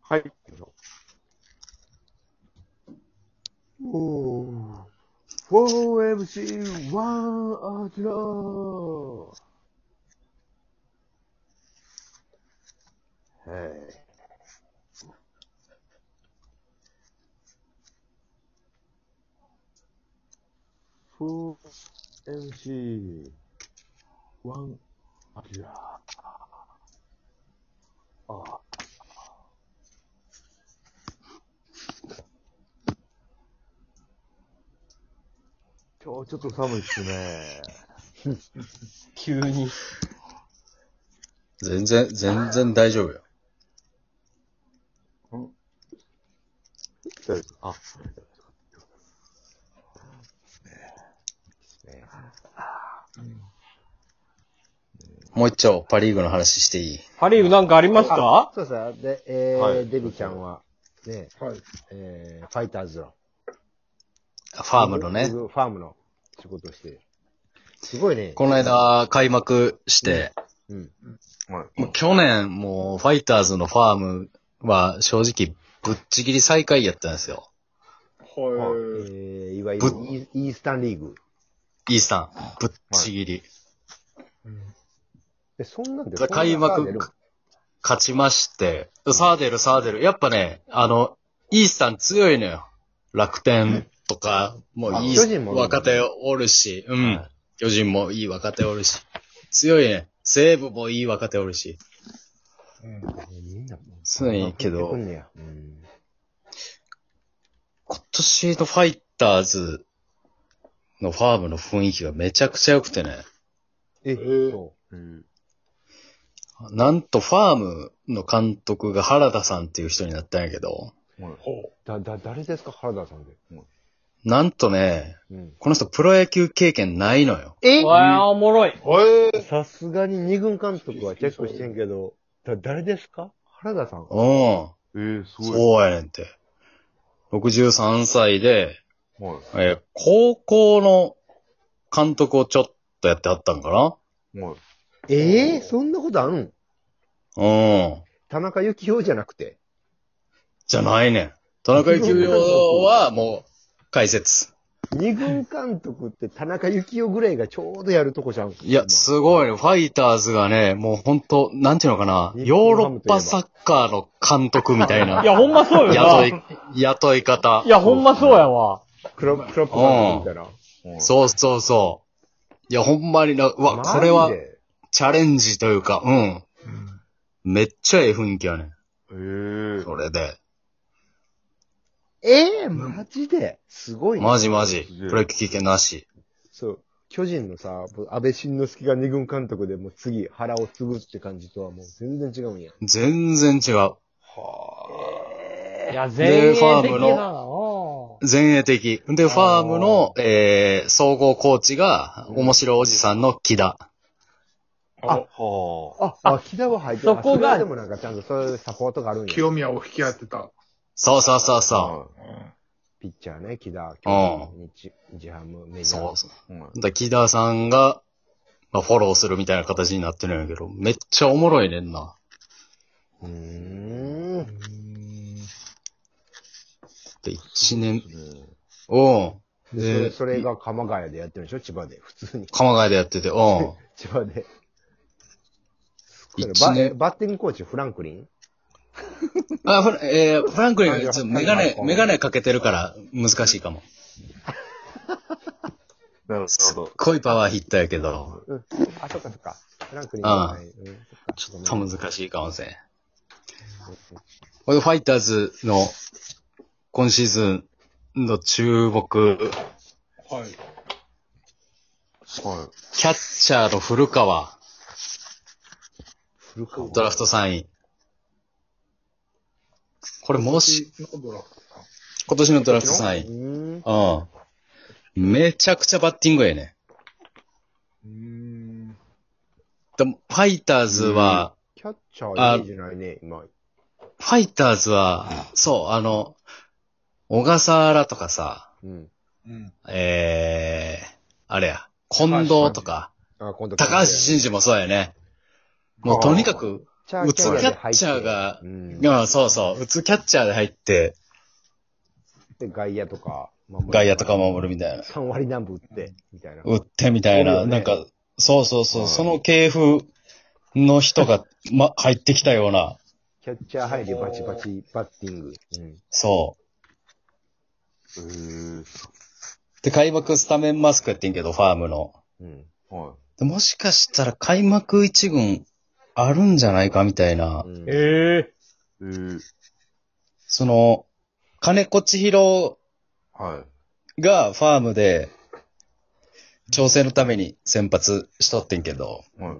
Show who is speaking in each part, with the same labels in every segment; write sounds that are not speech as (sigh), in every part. Speaker 1: はい。
Speaker 2: おー。4MC1 アキラーはい。4MC1 アキラーあー。今日ちょっと寒いっすね。
Speaker 3: 急に。
Speaker 4: 全然、全然大丈夫よ。
Speaker 2: あ、
Speaker 4: もう一丁、パリーグの話していい
Speaker 3: ハリーグなんかありますか
Speaker 1: そうですね。で、えー
Speaker 2: はい
Speaker 1: デビちゃんは、ね、
Speaker 5: はい。
Speaker 1: えー、ファイターズの。
Speaker 4: ファームのね
Speaker 1: フ。ァームの仕事をしてる。すごいね。
Speaker 4: この間、開幕して、
Speaker 1: うん。
Speaker 4: もう去年、もう、ファイターズのファームは、正直、ぶっちぎり最下位やったんですよ。
Speaker 1: え
Speaker 5: はい。
Speaker 1: ー、いわゆ
Speaker 4: ぶ
Speaker 1: るイーイースタンリーグ。
Speaker 4: イースタン。ぶっちぎり。
Speaker 1: え、そんなんで
Speaker 4: 開
Speaker 1: そんな差出
Speaker 4: 幕
Speaker 1: る、
Speaker 4: 勝ちまして、サーデル、サーデル。やっぱね、あの、イースタン強いのよ。楽天とか、もういい
Speaker 1: あ巨人も
Speaker 4: 若手おるし、うん。巨人もいい若手おるし。強いね。西武もいい若手おるし。
Speaker 1: みんな、
Speaker 4: 強いけ
Speaker 1: 降ってく
Speaker 4: ど
Speaker 1: ん、ねやうん。
Speaker 4: 今年のファイターズのファームの雰囲気がめちゃくちゃ良くてね。
Speaker 1: え、
Speaker 5: ー
Speaker 1: そう。うん。
Speaker 4: なんとファームの監督が原田さんっていう人になったんやけど、
Speaker 5: ほ
Speaker 1: だ、だ、誰ですか原田さんで。
Speaker 4: なんとね、
Speaker 1: うん。
Speaker 4: この人プロ野球経験ないのよ。
Speaker 1: え
Speaker 3: わあ、おもろい。
Speaker 5: う。へえ。
Speaker 1: さすがに二軍監督はチェックしてんけど、だ、誰ですか原田さん。
Speaker 4: うん。
Speaker 2: えー、すごい。
Speaker 4: そうやねんて。63歳で、
Speaker 2: は
Speaker 4: えー高校の監督をちょっとやってはったんかな
Speaker 2: はい。はい。
Speaker 1: ええそんなことあるん
Speaker 4: うん。
Speaker 1: 田中幸雄じゃなくて。
Speaker 4: じゃないねん。田中幸雄はもう解説。
Speaker 1: 二軍監督って田中幸雄ぐらいがちょうどやるとこじゃん。
Speaker 4: いや、すごいね。ファイターズがね、もうほんと、なんていうのかな、ヨーロッパサッカーの監督みたい
Speaker 3: (laughs)、
Speaker 4: ない
Speaker 3: や、ほんまそうよな。
Speaker 4: 雇
Speaker 3: い
Speaker 4: い、雇い方。
Speaker 3: や、ほんまそうやわ。
Speaker 1: クロップ、クロップ監督みたいな。
Speaker 4: そうそうそう。いや、ほんまにな、うわ、これは
Speaker 1: マジで
Speaker 4: チャレンジというか、うん。めっちゃええ雰囲気やねん。
Speaker 2: えー。
Speaker 4: それで。
Speaker 1: ええマジですごいね。
Speaker 4: マジマジ。
Speaker 2: すげえ
Speaker 4: プロ野球経験なし。
Speaker 1: そう。巨人のさ、安倍晋之助が二軍監督でもう次、腹を継ぐって感じとはもう全然違うんや。
Speaker 4: 全然違う。
Speaker 3: いや、全員的
Speaker 4: ファーム
Speaker 3: な。
Speaker 4: 前衛的。で、ファームの、えー、総合コーチが、面白おじさんの木田。
Speaker 5: あ、
Speaker 2: は
Speaker 1: あ、あ、木田は入ってる
Speaker 3: そこが
Speaker 1: あれでもなんかちゃんとそういうサポートがあるんや。
Speaker 5: 清宮を引き合ってた。
Speaker 4: そうそうそう
Speaker 2: あ。
Speaker 4: そ
Speaker 1: ピッチャーね、木田、日、日ハム、メ
Speaker 4: う。
Speaker 1: ジャー。
Speaker 4: そうそう
Speaker 2: い。はい。
Speaker 4: だから木田さんが、まあ、フォローするみたいな形になってるんやけど、めっちゃおもろいねんな。
Speaker 1: う。ーん。
Speaker 4: で、一年、
Speaker 2: ね
Speaker 4: うん。
Speaker 1: それ
Speaker 4: で、
Speaker 1: それが鎌ヶ谷でやってるんでしょ千葉で。普通に。 (laughs)
Speaker 4: 鎌ヶ谷でやってて、うん。
Speaker 1: 千葉で。
Speaker 4: 一
Speaker 1: バ
Speaker 4: 年
Speaker 1: バッティングコーチ、フランクリン
Speaker 4: あ、フラ,、えーフランクリンがいつもメガネ、メガネかけてるから難しいかも。
Speaker 2: なるほど。
Speaker 4: 濃いパワーヒッターやけど、
Speaker 1: あ、そっかそっか。フランクリン
Speaker 4: ああ
Speaker 1: い。うん
Speaker 4: ち
Speaker 1: そ
Speaker 4: ょ
Speaker 1: っ
Speaker 4: っ
Speaker 1: か
Speaker 4: と難しいかもしれん。これファイターズの今シーズンの注目、
Speaker 5: はい。
Speaker 2: は
Speaker 4: キャッチャーの古川、
Speaker 1: 古川
Speaker 4: ドラフト3位。これもし、
Speaker 5: なんだろ
Speaker 4: 今年のドラフト3
Speaker 1: う
Speaker 4: 位。
Speaker 1: ーん。
Speaker 4: うん。めちゃくちゃバッティングええね。
Speaker 5: う。うーん。
Speaker 4: でもファイターズは、
Speaker 1: キャッチャーいいじゃないね、今。
Speaker 4: ファイターズは、そう、あの、小笠原とかさ、
Speaker 1: うん。
Speaker 5: うん。
Speaker 4: えー、あれや、近藤とか、
Speaker 1: あ、今度
Speaker 4: 高橋。真司もそうやね。もうとにかく、
Speaker 1: チャ
Speaker 4: 打つキャッチャーが
Speaker 1: うん、で
Speaker 4: うん、そうそう。打つキャッチャーで入って、
Speaker 1: 外野とか、守る
Speaker 4: 外野とか守るみたいな。
Speaker 1: 3割何分打って、みたいな。
Speaker 4: 打ってみたい
Speaker 1: そう
Speaker 4: な、
Speaker 1: よ
Speaker 4: な
Speaker 1: ね
Speaker 4: んか、そうそうそう、
Speaker 1: うん
Speaker 4: その系風の人が、ま、入ってきたような、
Speaker 1: キャッチャー入りバチバチバッティング。うん。
Speaker 4: そ
Speaker 2: え
Speaker 4: う。
Speaker 2: ー、
Speaker 4: で、開幕スタメンマスクやってんけど、ファームの。
Speaker 1: うん。
Speaker 2: は
Speaker 4: でもしかしたら開幕一軍あるんじゃないかみたいな
Speaker 1: う。ん
Speaker 2: い。
Speaker 3: ええ
Speaker 2: えー、
Speaker 4: その、金子千尋
Speaker 2: はい。
Speaker 4: がファームで、調整のために先発しとってんけど、
Speaker 2: はい。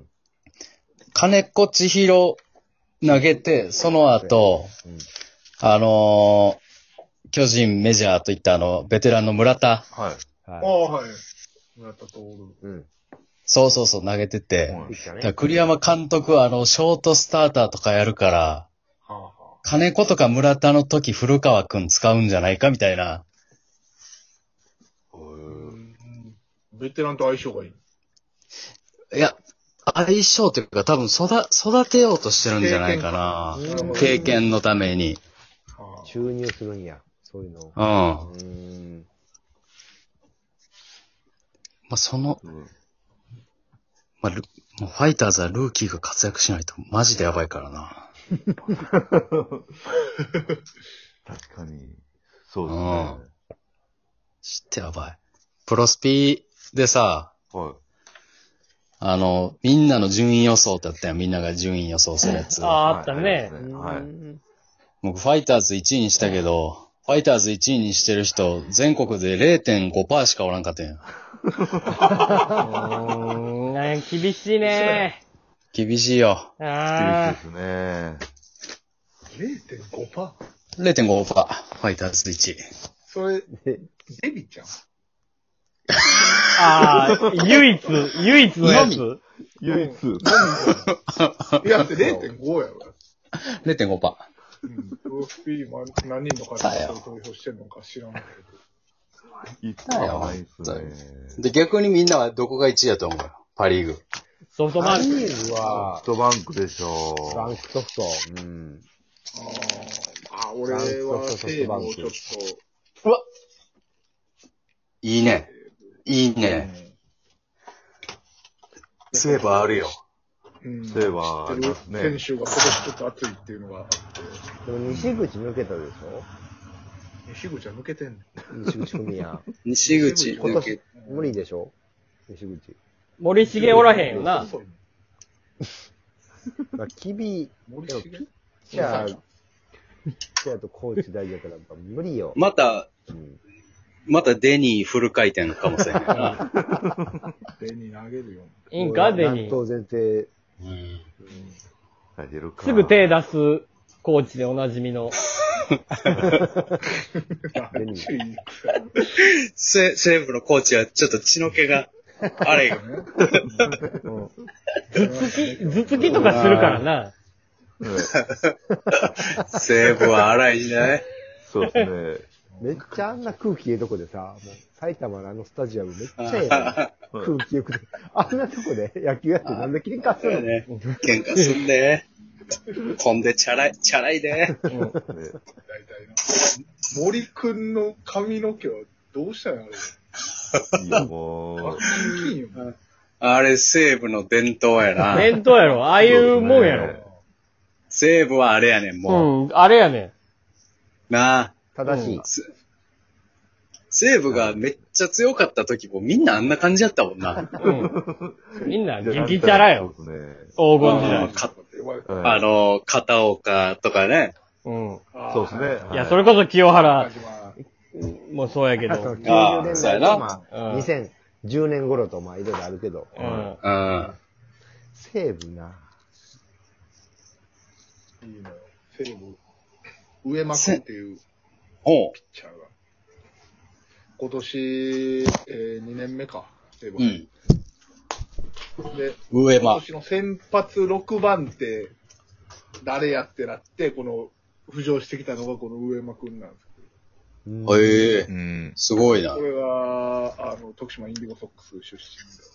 Speaker 4: 金子千尋投げて、その後、
Speaker 1: うん
Speaker 4: あのー巨人メジャーといったあの、ベテランの村田。
Speaker 2: はい。
Speaker 5: あ
Speaker 1: は
Speaker 5: あ、はい。村田徹。
Speaker 1: い。うん。
Speaker 4: そうそうそう、投げてて。
Speaker 2: はい
Speaker 1: できた
Speaker 4: だ
Speaker 1: ね
Speaker 4: から栗山監督はあの、ショートスターターとかやるから、
Speaker 5: はあは
Speaker 4: 金子とか村田の時古川くん使うんじゃないかみたいな。
Speaker 2: え
Speaker 5: あ。う
Speaker 2: ー
Speaker 5: んベテランと相性がいい。
Speaker 4: いや、相性というか多分育、育てようとしてるんじゃないかな。
Speaker 1: うん
Speaker 4: 経験のために。
Speaker 5: はあ
Speaker 1: 注入するんや。そういうのを。
Speaker 4: うん。ま
Speaker 1: うん。
Speaker 4: あ、その、
Speaker 2: うん
Speaker 4: まあ、ルもうファイターズはルーキーが活躍しないとマジでやばいからな。
Speaker 2: 確かに。そうですね。は
Speaker 4: 知ってやばい。プロスピでさ、
Speaker 2: い。
Speaker 4: あの、みんなの順位予想ってあったよ。みんなが順位予想するやつ。
Speaker 3: ああった
Speaker 2: はい。はい
Speaker 3: ね
Speaker 2: はい。
Speaker 4: 僕、ファイターズ1位にしたけど、ファイターズ1位にしてる人、全国で0.5%しかおらんかったんや。
Speaker 3: ー。なんか厳しいね
Speaker 4: 厳しいよ。
Speaker 3: ああ。
Speaker 2: 厳しいですね。
Speaker 5: 0.5%?
Speaker 4: 0.5%。ファイターズ1位。
Speaker 5: それ、
Speaker 1: で
Speaker 5: デビちゃん
Speaker 3: ああ、唯一、唯一のやつ。
Speaker 2: 唯一。 (laughs)
Speaker 5: いや、だって0.5やろ。
Speaker 4: 0.5%。
Speaker 5: うん。プロスピーも何人の方が投票してるのか知らんけ
Speaker 2: いったやばいっすね。
Speaker 4: で、逆にみんなはどこが1位だと思うよ。パリーグ。
Speaker 3: ソフトバ
Speaker 1: マ
Speaker 3: ン
Speaker 1: リ
Speaker 3: ク。
Speaker 1: ーズは
Speaker 2: ソフ、トバンクでし
Speaker 1: バ
Speaker 2: ょ
Speaker 1: ンクソフト。うん。
Speaker 5: ど。ああ、俺は西武をちょっと。
Speaker 4: いいね。いいね。セーバーあるよ。
Speaker 5: うん。
Speaker 2: セーバーありますね
Speaker 5: 知ってる選手が今年ちょっと熱いっていうのがあって、
Speaker 1: でも西口抜けたでし
Speaker 5: 西口は抜けてんねん。
Speaker 1: ょ西口組や。
Speaker 4: 西
Speaker 5: 口
Speaker 1: 今年、無理でしょ西口。
Speaker 3: 森重おらへんよな。
Speaker 5: 細いね
Speaker 1: まあ、キビ、
Speaker 5: 森 (laughs) 重
Speaker 1: でもじゃあ、じゃあとコーチ大事だから、やっぱ無理よ。
Speaker 4: また、
Speaker 1: うん。
Speaker 4: またデニーフル回転かもしれない。
Speaker 5: 手に投げるよ。
Speaker 3: いいんか、デ
Speaker 1: 乱
Speaker 3: ニー。
Speaker 1: 闘前提、
Speaker 4: (laughs) うん
Speaker 2: 入れるか。
Speaker 3: すぐ手出すコーチでおなじみの。
Speaker 1: デニー
Speaker 5: 注意
Speaker 4: セセーブのコーチはちょっと血の気が、あ (laughs) れよ。
Speaker 3: 頭突き、頭突きとかするからな。
Speaker 2: ね
Speaker 4: セーブは荒いね。
Speaker 2: そうですね。
Speaker 1: めっちゃあんな空気ええとこでさ、もう埼玉のあのスタジアムめっちゃええな空気よくて。あんなとこで野球やってなんで喧嘩するの
Speaker 4: ね。喧嘩すんで。飛んでチャラい、チャラいで。
Speaker 2: ね
Speaker 5: 大体な。森くんの髪の毛はどうしたんやろ
Speaker 2: いいよ、
Speaker 3: (laughs)
Speaker 2: もう。
Speaker 5: 金よ。
Speaker 4: あれ、西武の伝統やな。
Speaker 3: 弁当やろ。ああいうもんやろ。
Speaker 4: 西武はあれやねん、もう。
Speaker 3: うん、あれやね
Speaker 4: なあ。
Speaker 1: 正しい。
Speaker 4: す西武がめっちゃ強かった時もみんなあんな感じやったもんな。
Speaker 3: ん。うん。みんな、激チャラよ。
Speaker 2: そうですね。
Speaker 3: 黄金時
Speaker 4: あの。
Speaker 3: 代
Speaker 4: かあ
Speaker 2: あの、
Speaker 4: の、片岡とかね。
Speaker 3: うん。
Speaker 2: そうですね。。
Speaker 3: い
Speaker 2: は
Speaker 3: や、それこそ清原
Speaker 5: 始まる
Speaker 3: もそうやけ
Speaker 1: (laughs) その
Speaker 3: ど。
Speaker 1: 90
Speaker 4: あー
Speaker 1: 年
Speaker 4: そうや
Speaker 1: 代
Speaker 4: な
Speaker 1: と、ま
Speaker 3: う
Speaker 1: あ、
Speaker 3: ん
Speaker 1: 2010年頃とまあいろいろあるけど、
Speaker 3: うん。
Speaker 4: うん。
Speaker 1: 西武な。
Speaker 5: いいのよ。西武。上間くんっていうピ
Speaker 4: おう。
Speaker 5: ッチャーが。今年、えー、2年目か。西武
Speaker 4: う。ん。
Speaker 5: で、
Speaker 4: 上
Speaker 5: 今
Speaker 4: 間。
Speaker 5: 年の先発6番って、誰やってなって、この、浮上してきたのがこの上間くんなんですけど。
Speaker 1: うん
Speaker 4: へえ。
Speaker 2: うん。
Speaker 4: すごいな
Speaker 5: こ。れが、あの、徳島インディゴソックス出身で。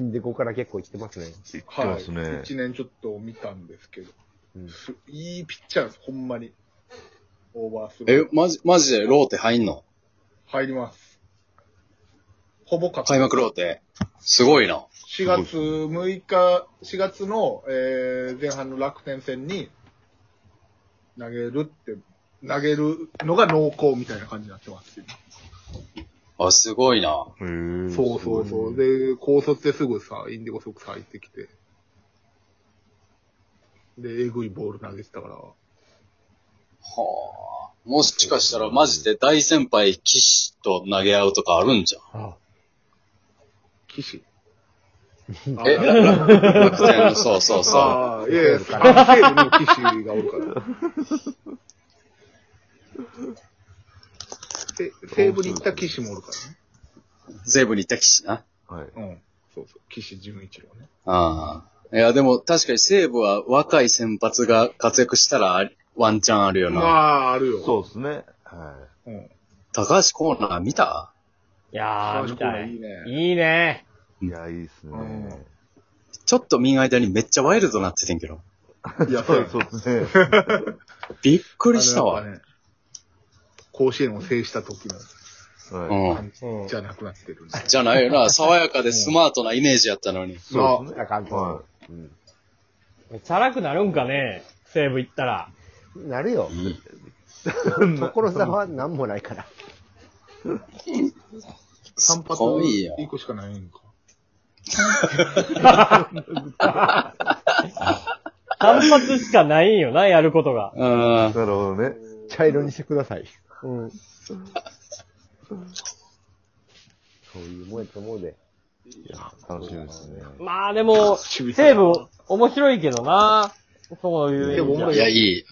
Speaker 1: インデコから結構行ってますね。
Speaker 2: 言ってますね。
Speaker 5: はい。一年ちょっと見たんですけど。
Speaker 1: うん
Speaker 5: すいいピッチャーです、ほんまに。オーバースロ
Speaker 4: え
Speaker 5: ー。、
Speaker 4: マジ、マジでローテ入んの
Speaker 5: 入ります。ほぼ勝
Speaker 4: 開幕ローテ。すごいな。
Speaker 5: 4月6日、4月の、えー前半の楽天戦に投げるって、投げるのが濃厚みたいな感じになってます。
Speaker 4: あ、すごいな。
Speaker 2: へー
Speaker 5: そうそうそう。で、高卒ですぐさ、インディゴソックス入ってきて、で、えぐいボール投げてたから、
Speaker 4: はあ。もしかしたらマジで大先輩騎士と投げ合うとかあるんじゃん。
Speaker 5: 騎士。
Speaker 4: (laughs) え、 (laughs) 楽天、そうそう (laughs) そう。
Speaker 5: ああ、いやいや、スパンセールの騎士がお
Speaker 4: (laughs)
Speaker 5: るから。せ西武に行った騎士もおるか
Speaker 4: 西武に行った騎士な。
Speaker 2: はい。
Speaker 5: らね。うん。そうそう。騎士純一郎ね。
Speaker 4: ああ。いや、でも確かに西武は若い先発が活躍したらありワンチャンあるよ
Speaker 5: ま
Speaker 4: な。
Speaker 5: あ、あるよ。
Speaker 2: そうですね。は
Speaker 5: う。うん。
Speaker 4: 高橋コーナー見た
Speaker 3: いやー、
Speaker 5: 高橋
Speaker 3: み
Speaker 5: コーナ
Speaker 3: た
Speaker 5: ー
Speaker 3: い。
Speaker 5: いいね
Speaker 3: いいね。
Speaker 2: い。いや、いいですね。
Speaker 5: うん
Speaker 4: ちょっと見ん間にめっちゃワイルドなっててんけど。
Speaker 2: (laughs)
Speaker 5: いや、
Speaker 2: そ
Speaker 5: そう
Speaker 2: う
Speaker 5: や
Speaker 2: そうですね。
Speaker 4: びっくりしたわ。
Speaker 5: あのやっぱね甲子園を制した時の
Speaker 2: はい。
Speaker 4: うん。
Speaker 3: うん
Speaker 5: じゃなくなってるんで。
Speaker 4: じゃないよな。爽やかでスマートなイメージやったのに。
Speaker 2: そうですね。
Speaker 1: な感じ。
Speaker 2: は
Speaker 3: チャラくなるんかね西武行ったら。
Speaker 1: なるよ。所沢はなんもないから。
Speaker 4: す
Speaker 5: 単発
Speaker 4: ごいよ。
Speaker 5: 1個しかないんか。
Speaker 3: 単発しかないんよな、やることが。
Speaker 4: うん
Speaker 2: い。。なるほどね。
Speaker 1: 茶色にしてください。
Speaker 3: うん。
Speaker 1: そういうもんやと思うで。
Speaker 2: 楽しみですね。
Speaker 3: まあでも、西武、面白いけどな。そういう意味じゃ。
Speaker 5: でも面白
Speaker 4: いや、いい。